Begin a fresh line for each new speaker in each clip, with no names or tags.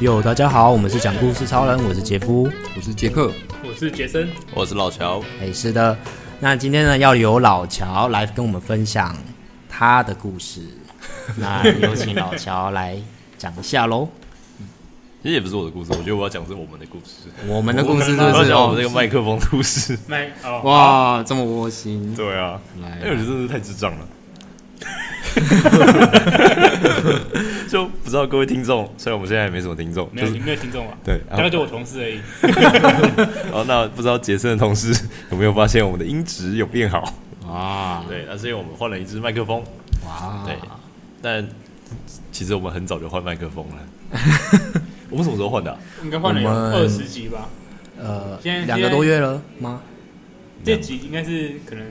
哟，大家好，我们是讲故事超人，我是杰夫。
我是杰克，
我是杰森，
我是老乔，
哎，是的，那今天呢，要由老乔来跟我们分享他的故事。 那有请老乔来讲一下喽。
其实也不是我的故事，我觉得我要讲的是我们的故事，
我们的故事是
我
不
要
是
讲我们这个
哦？
麦克风的故事。
麦哦，
哇，这么窝心，
对啊，因为我觉得真的是太智障了。 就不知道各位听众，虽然我们现在也没什么听众，
没
就
有，
是
你没有听众啊，
对，
大概
然后
就我同事而已。
哦那不知道杰森的同事有没有发现我们的音质有变好？
哇，
对，那是因为我们换了一支麦克风，
哇，
对，但其实我们很早就换麦克风 了。我们什么时候换的啊？
应该换了有
我们
二十集吧，
呃
现在，
两个多月了吗？
这集应该是可能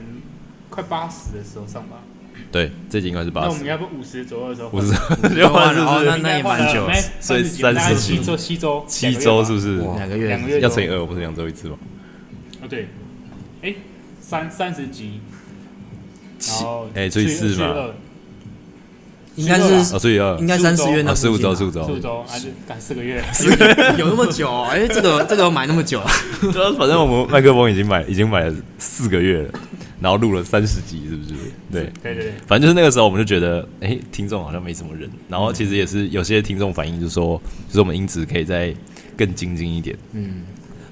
快八十的时候上吧。
对，这集应该是八
那我们
十，
要不五十左右的时候
不
换？
是
就
要
换
换啊
了
是
哦
不
那
是
应该
也
换
蛮
了
久了
哎
所以
30集大概
30集
七周，七周，
七周是不
是？
是？
两个
两个
月
月
要乘以二，不是两周一次吗？
哦，对，哎，三三十集，然后
哎，所以
除以
四
除以
嘛，
二
应该是
啊，所以二，
应该三四月那
啊，十五周，十
附
五
近吧
周，
四五周，啊，就干四个 月，
有那么久？哎，这个这个有买那么久？
对啊，反正我们麦克风已经买，已经买了四个月了，然后录了三十集，是不是？对，
对对对，
反正就是那个时候，我们就觉得，哎、听众好像没什么人。然
嗯
后其实也是有些听众反映，就说，就是我们音质可以再更精进一点。嗯，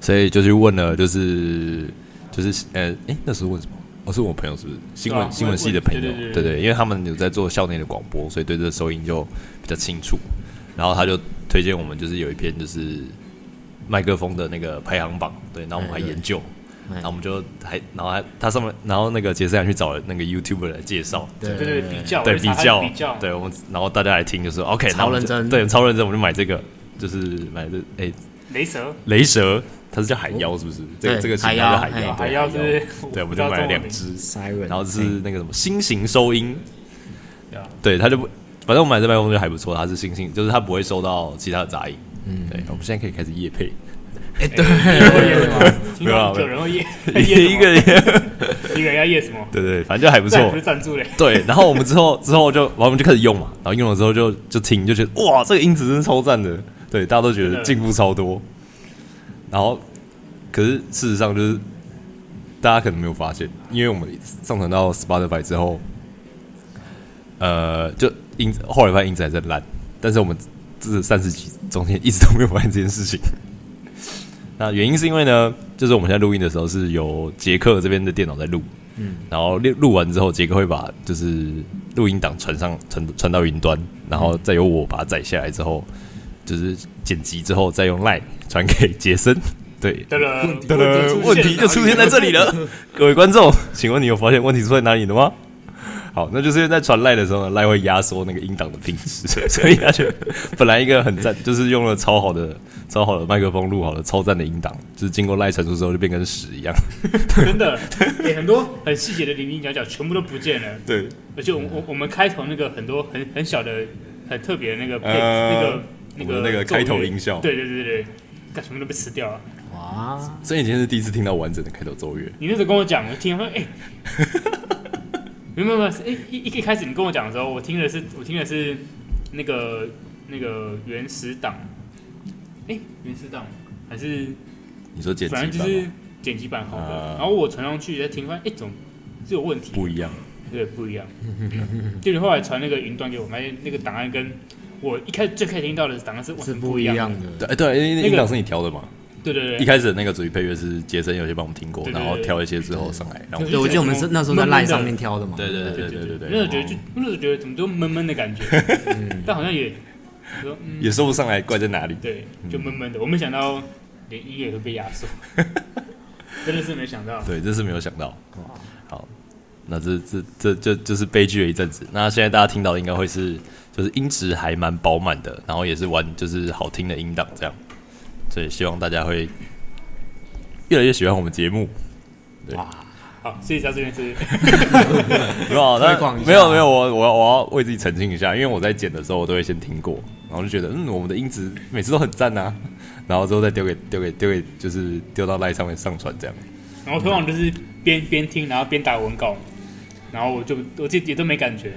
所以就去问了，就是就是呃，哎、那时候问什么？我、是我朋友，是不是新闻、
对啊
新闻系的朋友？
问对对对
因为他们有在做校内的广播，所以对这个收音就比较清楚。然后他就推荐我们，就是有一篇就是麦克风的那个排行榜，对，然后我们还
哎对
研究。
哎
然后我们就还，然后还他上面，然后那个杰森还去找了那个 YouTuber 来介绍，
对对对，比较
对
我就
比
查它
较
的比较，
对我们，然后大家来听就是 OK，
超
那我们就
认真
对超认真，我们就买这个，就是买这哎、
雷蛇
雷蛇，它是叫海妖是不是？这
哦对
个这个型
海
号叫
妖
海妖，
哎
对
海妖是不是，
对，
不
我们
知
就
道
买了
中文
两
名
只，
Siren，
然后是那个什么新型收音，
对啊
对，它就不，反正我买这麦克风就还不错，它是新型，就是它不会收到其他的杂音，嗯，对，我们现在可以开始夜配，
哎，对，
听
啊
到有人会夜
一个
夜
夜，
什么一个人要夜什么？
对对，反正就还不
这还
错
不是，赞助嘞，
对，然后我们之后之后就，然后我们就开始用嘛，然后用了之后就就听，就觉得哇，这个音质真是超赞的，对，大家都觉
真
得
的
进步超多。然后，可是事实上就是大家可能没有发现，因为我们上传到 Spotify 之后，呃，就音后来发现音质还在烂，但是我们这三十集中间一直都没有发现这件事情。 那原因是因为呢，就是我们现在录音的时候是由杰克这边的电脑在录，然后录录完之后，杰哥会把就是录音档传上传传到云端，然后再由我把它载下来之后，就是剪辑之后再用 Line 传给杰森。对，
噔 噔
噔噔，问题就出现在这里了。各位观众，请问你有发现问题出在哪里了吗？好，那就是因为在传赖的时候呢，赖会压缩那个音档的品质，所以他就本来一个很赞，就是用了超好的、超好的麦克风录好了超赞的音档，就是经过赖传输之后就变跟屎一样。
真的，哎，很多很细节的零零角角全部都不见了，
对，
而且我们我我们开头那个很多很很小的很特别的那个配
呃
那个那
我
个
们的那个
奏乐
开头音效
对对对对对，干全部都被吃掉了。
哇，
所以你今天是第一次听到完整的开头奏乐。
你那时候跟我讲，我听说哎。 没有没有没有，哎一一一开始你跟我讲的时候，我听的是我听的是那个那个原始档，哎、原始档还是
你说剪辑
反
版
正就
吗
是剪辑版好的，
啊
然后我传上去再听，发现哎、怎么是有问题？
不一样，
对，不一样。就你后来传那个云端给我，发现那个档案跟我一开始最开始听到的档案是完
是
全
不
一
一
样
样
的。
的。
对对，因
那
为
个
音档是你调的嘛。
对对
一
对，
开始那个主题配乐是杰森有些帮我们听过，
对对
然
对
后挑一些之后上来，然后
对
对，我记得我们是那时候在
闷闷的
Line 上面挑的嘛。
对对对对对对
那时候
对，哦
觉得就那时候觉得怎么都闷闷的 感觉，但好像也说嗯，
也说不上来怪在哪里。
对，就闷闷的。我没想到连音乐都被压 缩，真的是没想到。
对，这是没有想到。好，那这这这这就是悲剧了一阵子。那现在大家听到的应该会是，就是音质还蛮饱满的，然后也是玩就是好听的音档这样，所以希望大家会越来越喜欢我们节目。
好，谢谢到这边是，
没有，
推
那
广一下
没有没有，我我要我要为自己澄清一下，因为我在剪的时候我都会先听过，然后就觉得嗯，我们的音质每次都很赞啊， 然后之后再丢给丢给丢给就是丢到赖上面上传这样。
然后通常就是边边听，然后边打文稿，然后我就我自己也都没感觉，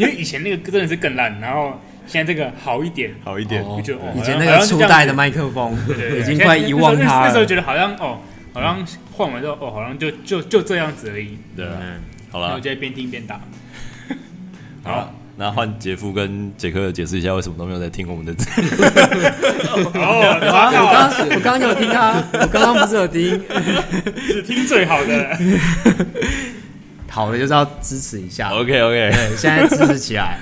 因为以前那个真的是更烂，然后现在这个好一点，
好一点。
我觉得哦，
以前
好
那个
像好像是
初
这样
代
子
的麦克风
对对对
已经快遗忘
那时候
它
那时候觉
了。
得好像哦，好像换完之后哦，好像就就就这样子而已。
对啊，
嗯
好
然后我
了，
就会边听边打。
好啦，那换杰夫跟杰克解释一下为什么都没有在听我们的。
哦，抓
我
到
刚
了，
我刚刚有听啊，我刚刚不是有听。
只听最好的。
好的就是要支持一下，
OK OK，
对，现在支持起来。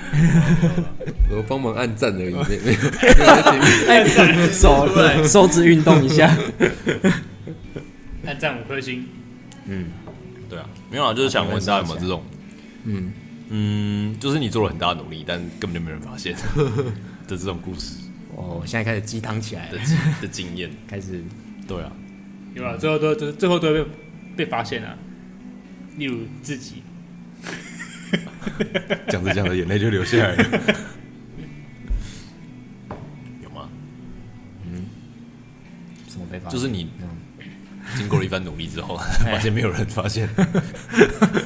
我帮忙按赞而已，没没没 有在听。
哎，手手指运动一下。
按赞五颗星，
对啊，没有啊，就是想问大家有没有这种，嗯嗯，就是你做了很大的努力，但根本就没人 发现的这种故事
哦，现在开始鸡汤起来
的
了，
经的经验。
开始
对啊，
有了，最后都就是最后都会被被发现了。例如自己，
讲着讲着眼泪就流下来了。有吗？
什么被发现？
就是你经过了一番努力之后， 发现没有人发现，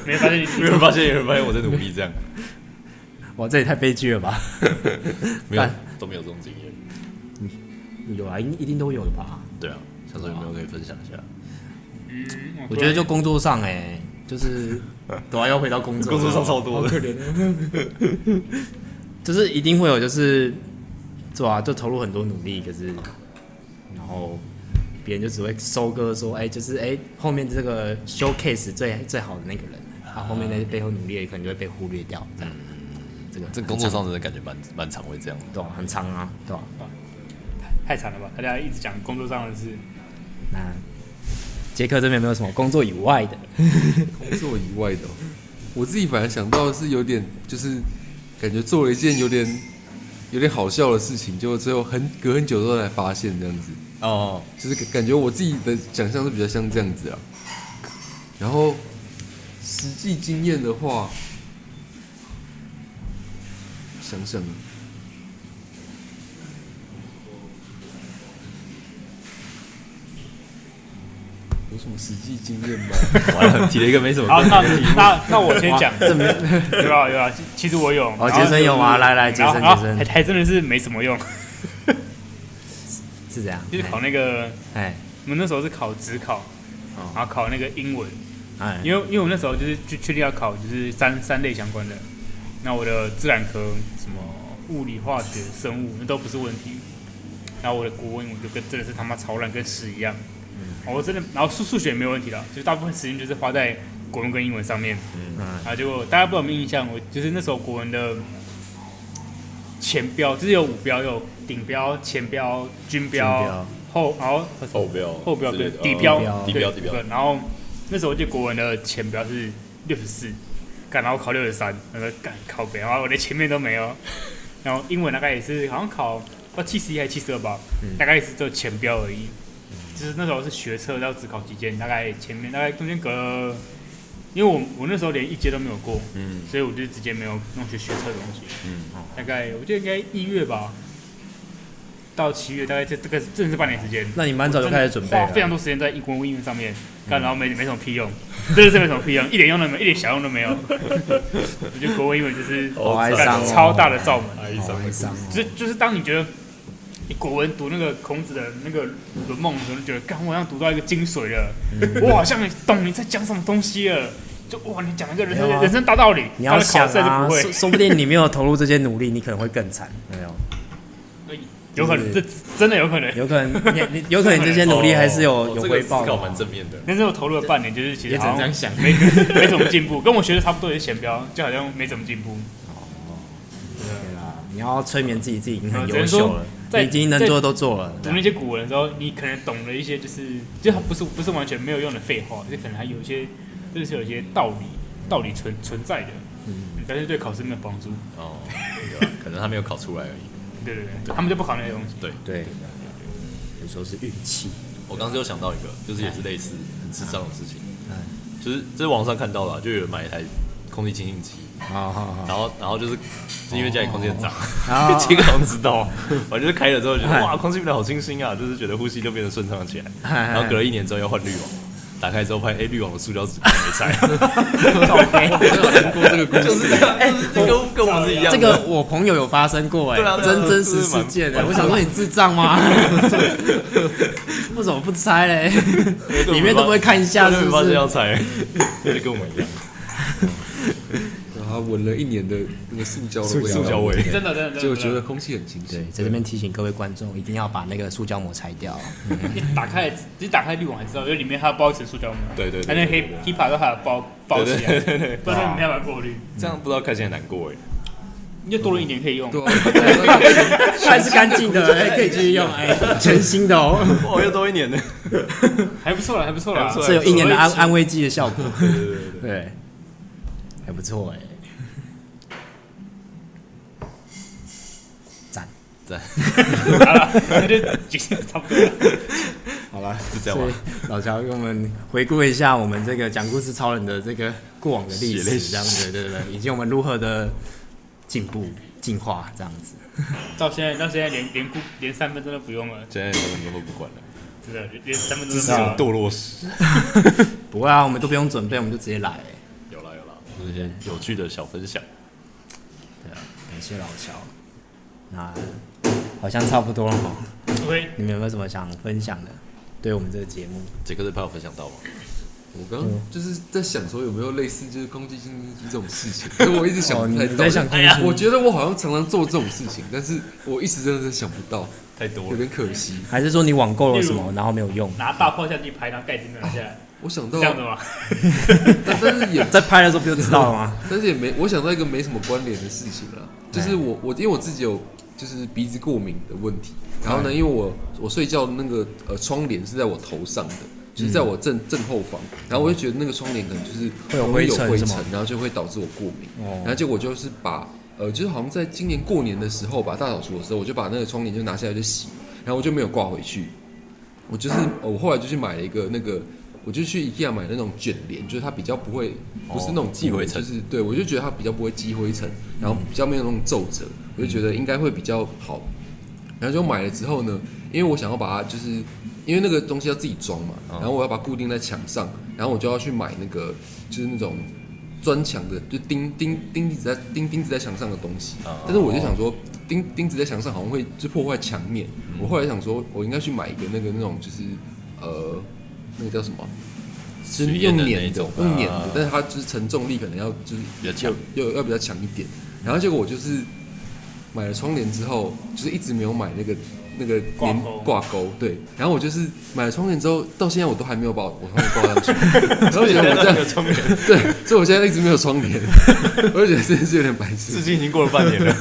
没发现你
没有人发现，有人发现我在努力，这样
哇，这也太悲剧了吧？
没有都没有这种经验。
有啊，一定一定都有的吧？
对啊，想说有没有可以分享一下？
嗯，
我觉得就工作上哎、就是 都要要回到工作，
超多的，
就是一定会有，就是做啊，就投入很多努力，可是然后别人就只会收割说，哎、就是哎、后面这个 showcase 最最好的那个人，啊，后面那些背后努力的可能就会被忽略掉，这样。这个
这工作上真的感觉蛮蛮常会这样的。
对啊、很长啊，对吧、
太惨了吧！大家一直讲工作上的事，
那杰克这边有没有什么工作以外的，
工作以外的哦、我自己反而想到的是有点，就是感觉做了一件有点有点好笑的事情，结果最后很隔很久之后才发现这样子，
哦，
就是感感觉我自己的想象是比较像这样子啊。然后实际经验的话，想想啊，有什么实际经验吗？
完了，提了一个没什 么
好，
关
那
系的题 目。
那那我先讲，
没
有啊有啊，其其实我有。
哦杰森有吗
然
来
后
来杰森
然后
杰森
还还真的是没什么用，
是这样？
就是考那个
哎
我们那时候是考职考，
哦
然后考那个英文，
哎，
因为因为我那时候就是确确定要考就是三三类相关的，那我的自然科什么物理、化学、生物那都不是问题，然后我的国文我就跟真的是他妈超烂，跟屎一样，
嗯
哦我真的，然后数数学也没有问题了，就是大部分时间就是花在国文跟英文上面，
嗯
然后结果大家不知道有没有印象，我就是那时候国文的前标就是有五标，有顶标、前标、军
军标
标、后然后
后标
后标对
之类的
底标
哦
底标底标
对。然后那时候就国文的前标是六十四，干，然后考六十三，那个干考北，然后我连前面都没有。 然后英文大概也是好像考到七十一还七十二吧，
嗯
大概也是只有前标而已。就是那时候是学测到只考几间，大概前面大概中间隔了，因为我我那时候连一阶都没有过，
嗯
所以我就直接没有弄学学测的东西。
嗯，
大概我记得应该一月吧，到七月，大概这这个真的是半年时间。
那你蛮早就开始准备
花非常
了，
多时间在英文英文上面，干然后没没什么屁用，真的是没什么屁用，一点用都没有，一点小用都没有。我觉得国文英文就是
好哀伤哦
超大的罩门，
好哀伤哦。
就是就是当你觉得你国文读那个孔子的那个《论梦》的时候，就觉得干我好像读到一个精髓了，我好像懂你在讲什么东西了。就哇，你讲一个人生、
没有啊
人生大道理，
你要想
但是考
啊，
试还是
说
不会，
说不定你没有投入这些努力，你可能会更惨，有没有？
有可能这真的有可能。
有可能你你有可能你这些努力还是有有
哦这个
回
思
报
考
的。
蛮正面的。
但是我投入了半年，就是其实
也只能
好像
这样想
没没怎么进步，跟我学的差不多也是前标，就好像没怎么进步。
对啦你要催眠自己，自己已经很
呃只
优
能
秀
说
了，
在
你已经能做的都做了。
读那些古文的时候，你可能懂了一些，就是就它不是不是完全没有用的废话，就可能还有一些真的是有一些道理道理存存在的，嗯，但是对考试没有帮助。
哦，对啊可能他没有考出来而已。
对对对，他们就不考那些东西。
对，
对，有时候是运气。
我刚刚就想到一个，就是也是类似很智障的事情，就是这是网上看到啊了，就有人买一台空气清净机，
好好好，
然后然后就是就因为家里空气很脏，
哦
这个好像知道，反正就是开了之后觉得
哎
哇，空气变得好清新啊，就是觉得呼吸就变得顺畅起来，
哎哎
然后隔了一年之后要换滤网，打开之后发现，哎、滤网的塑胶纸没拆，
好像有听过这个故事，
跟跟我们是一样的。
这个我朋友有发生过哎、
对啊对啊
真
对啊
真实
这是蛮
事件哎、
蛮
我想说你智障吗？为什么不拆嘞？里面都不会看一下是
对
不
发现
是？
要拆，就跟我们一样，
然后他闻啊了一年的那个塑胶的味道，
塑胶味。
真的真的真的，
就
真
觉
的
得空气很清
对
新，。
在这边提醒各位观众，一定要把那个塑胶膜拆掉。
你打开，你打开滤网才知道，因为里面还要包一层塑胶膜，
对对对
还有那
对
黑
对对
黑 p 都还要包包起
对
来
对对对，
不然你没办法过滤，
这样不知道看起来难过哎。
你就多了一点可以用。
对啊，
还是干净的，哎，可以继续用，哎，全新的哦，
哇，又多一年呢。
还不错了，还不错
还
了
不，错
这有一年的安安慰剂的效果，
对对对对，
对，还不错哎，赞，
好了，那就差不多了。
好了，
是这样
所以
吧。
老乔给我们回顾一下我们这个讲故事超人的这个过往的历
血泪
史，
史
这样子，对对对，以及我们如何的进步进化这样子，
到现在，到现在连连顾连三分钟都不用了，
现在他们都不管了，
真的连三分钟
这
都
是
不
一
用
种
了。
堕落史。
不会啊，我们都不用准备，我们就直接来，哎
有啦有啦，这是一些有趣的小分享。
啊感谢老乔，那好像差不多了哈。
喂，
你们有没有什么想分享的？对我们这个节目，
杰克对朋友分享到吗？
我刚刚就是在想说有没有类似就是空气清新机这种事情，可是我一直想
哦
不
你
太
你
到。
在想
哎呀，我觉得我好像常常做这种事情，但是我一时真的是想不到，
太多
有
了。
点可惜。
还是说你网购了什
例
嗯
么，然后没有用？
拿大炮下去拍，然后盖子没有拿下来，
我想到
这，样的吗？
但但是也
在拍的时候不就知道了 吗？
但是也没，我想到一个没什么关联的事情了，
哎
就是我我因为我自己有就是鼻子过敏的问题，然
哎
后呢，因为我我睡觉那个呃窗帘是在我头上的，就是在我正正后方，然后我就觉得那个窗帘可能就是
嗯会有
容易有
灰尘
灰
是吗
尘，然后就会导致我过敏，
哦
然后结果就是把呃就是好像在今年过年的时候吧，大扫除的时候，我就把那个窗帘就拿下来就洗，然后我就没有挂回去，我就是呃我后来就去买了一个那个，我就去 IKEA 买那种卷帘，就是它比较不会，不是那种
积
固
灰
的，
尘
就是对我就觉得它比较不会积灰尘，然后比较没有那种皱褶，我就觉得应该会比较好。然后就买了之后呢，因为我想要把它就是因为那个东西要自己装嘛，
哦
然后我要把它固定在墙上，然后我就要去买那个就是那种砖墙的，就钉钉钉钉子在钉钉子在墙上的东西。
哦
但是我就想说，钉钉子在墙上好像会就破坏墙面。我后来想说，我应该去买一个那个那种就是呃，那个叫什么？就
实
是
验
用
的那
碾的
种，
用碾
啊
的，但是它就是承重力可能要就是
比较强
要要要比较强一点。然后结果我就是买了窗帘之后，就是一直没有买那个那个
挂
连
钩
挂钩，对。然后我就是买了窗帘之后，到现在我都还没有把我窗帘挂上去， 然后我觉得我这样
窗 帘，
对，所以我现在一直没有窗帘，我就觉得真的是有点白痴
至，今已经过了半年了。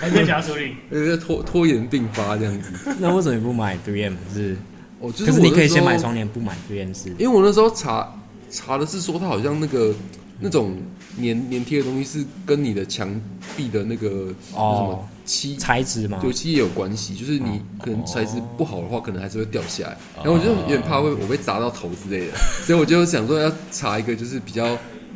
还没有想要处理，
有点拖拖延并发这样子。
那为什么你不买 3M 是？
我就
可是
我
你
那
可以
时
先
候
买窗帘，不买 3M 是？
因为我那时候查查的是说，它好像那个那种粘粘贴的东西是跟你的墙壁的那个那什么
哦
漆
材质
啊
吗？
油漆也有关系，就是
哦
你可能材质不好的话，可能还是会掉下来。然后我就有点怕会我被砸到头之类 的，所以我就想说要查一个就是比较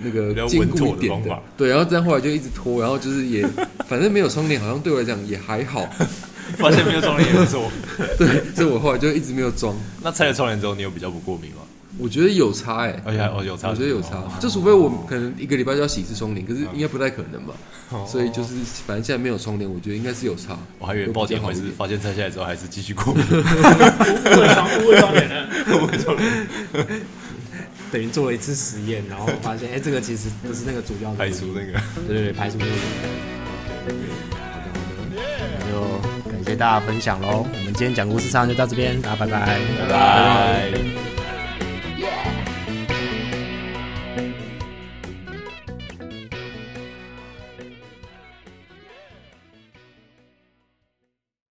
那
比较
个
稳
坚固
妥
一
的
点
方
的
法。
对，然后再后来就一直拖，然后就是也反正没有窗帘，好像对我来讲也还好。
发现没有窗帘也不错。
对，所以我后来就一直没有装。
那拆了窗帘之后，你有比较不过敏吗？
我觉得有差哎、
而且还哦有差，
我觉得有差，就除非我可能一个礼拜就要洗一次窗帘，可是应该不太可能吧。所以就是反正现在没有窗帘，我觉得应该是有差。
哦我还以为报警会
会
是发现拆下来之后还是继续 过敏，
误会窗误会窗帘了。
等于做了一次实验， 然后发现，哎，这个其实不是那个主要的
排除那个。
对对对，排除这个。好的好的，那就感谢大家分享喽。我们今天讲故事上就到这边，大家拜拜，拜拜。
拜。